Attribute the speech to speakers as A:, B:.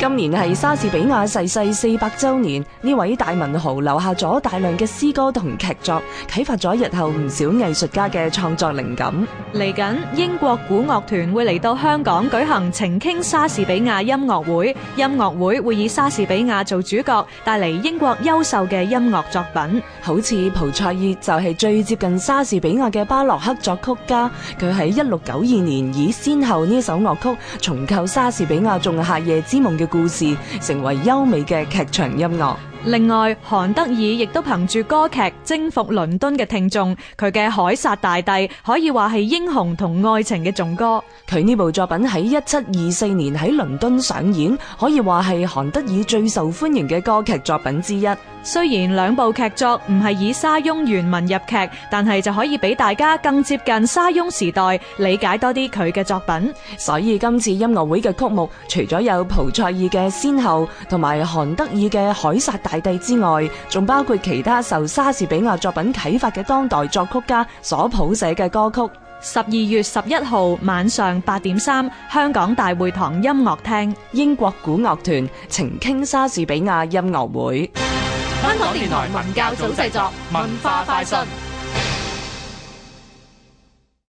A: 今年係莎士比亞逝世四百週年，呢位大文豪留下咗大量嘅詩歌同劇作，啟發咗日後唔少藝術家嘅創作靈感。
B: 嚟緊，英國古樂團會嚟到香港舉行情傾莎士比亞音樂會，音樂會會以莎士比亞做主角，帶嚟英國優秀嘅音樂作品。
A: 好似蒲塞爾就係最接近莎士比亞嘅巴洛克作曲家，佢喺一六九二年以先後呢首樂曲重構莎士比亞《仲夏夜之夢》嘅故事，成為優美嘅劇場音樂。
B: 另外，韓德爾亦都憑住歌劇征服倫敦嘅聽眾，佢嘅《凱撒大帝》可以話係英雄同愛情嘅頌歌。
A: 佢呢部作品喺一七二四年喺倫敦上演，可以話係韓德爾最受歡迎嘅歌劇作品之一。
B: 雖然兩部劇作唔係以沙翁原文入劇，但係就可以俾大家更接近沙翁時代，理解多啲佢嘅作品。
A: 所以今次音樂會嘅曲目，除咗有蒲塞爾嘅《先後》同埋韓德爾嘅《凱撒大帝》之外，仲包括其他受莎士比亞作品啟發嘅當代作曲家所譜寫嘅歌曲。
B: 十二月十一號晚上八點三，香港大會堂音樂廳。
A: 英國古樂團情傾莎士比亞音樂會。
C: 香港電台文教組製作，文化快訊。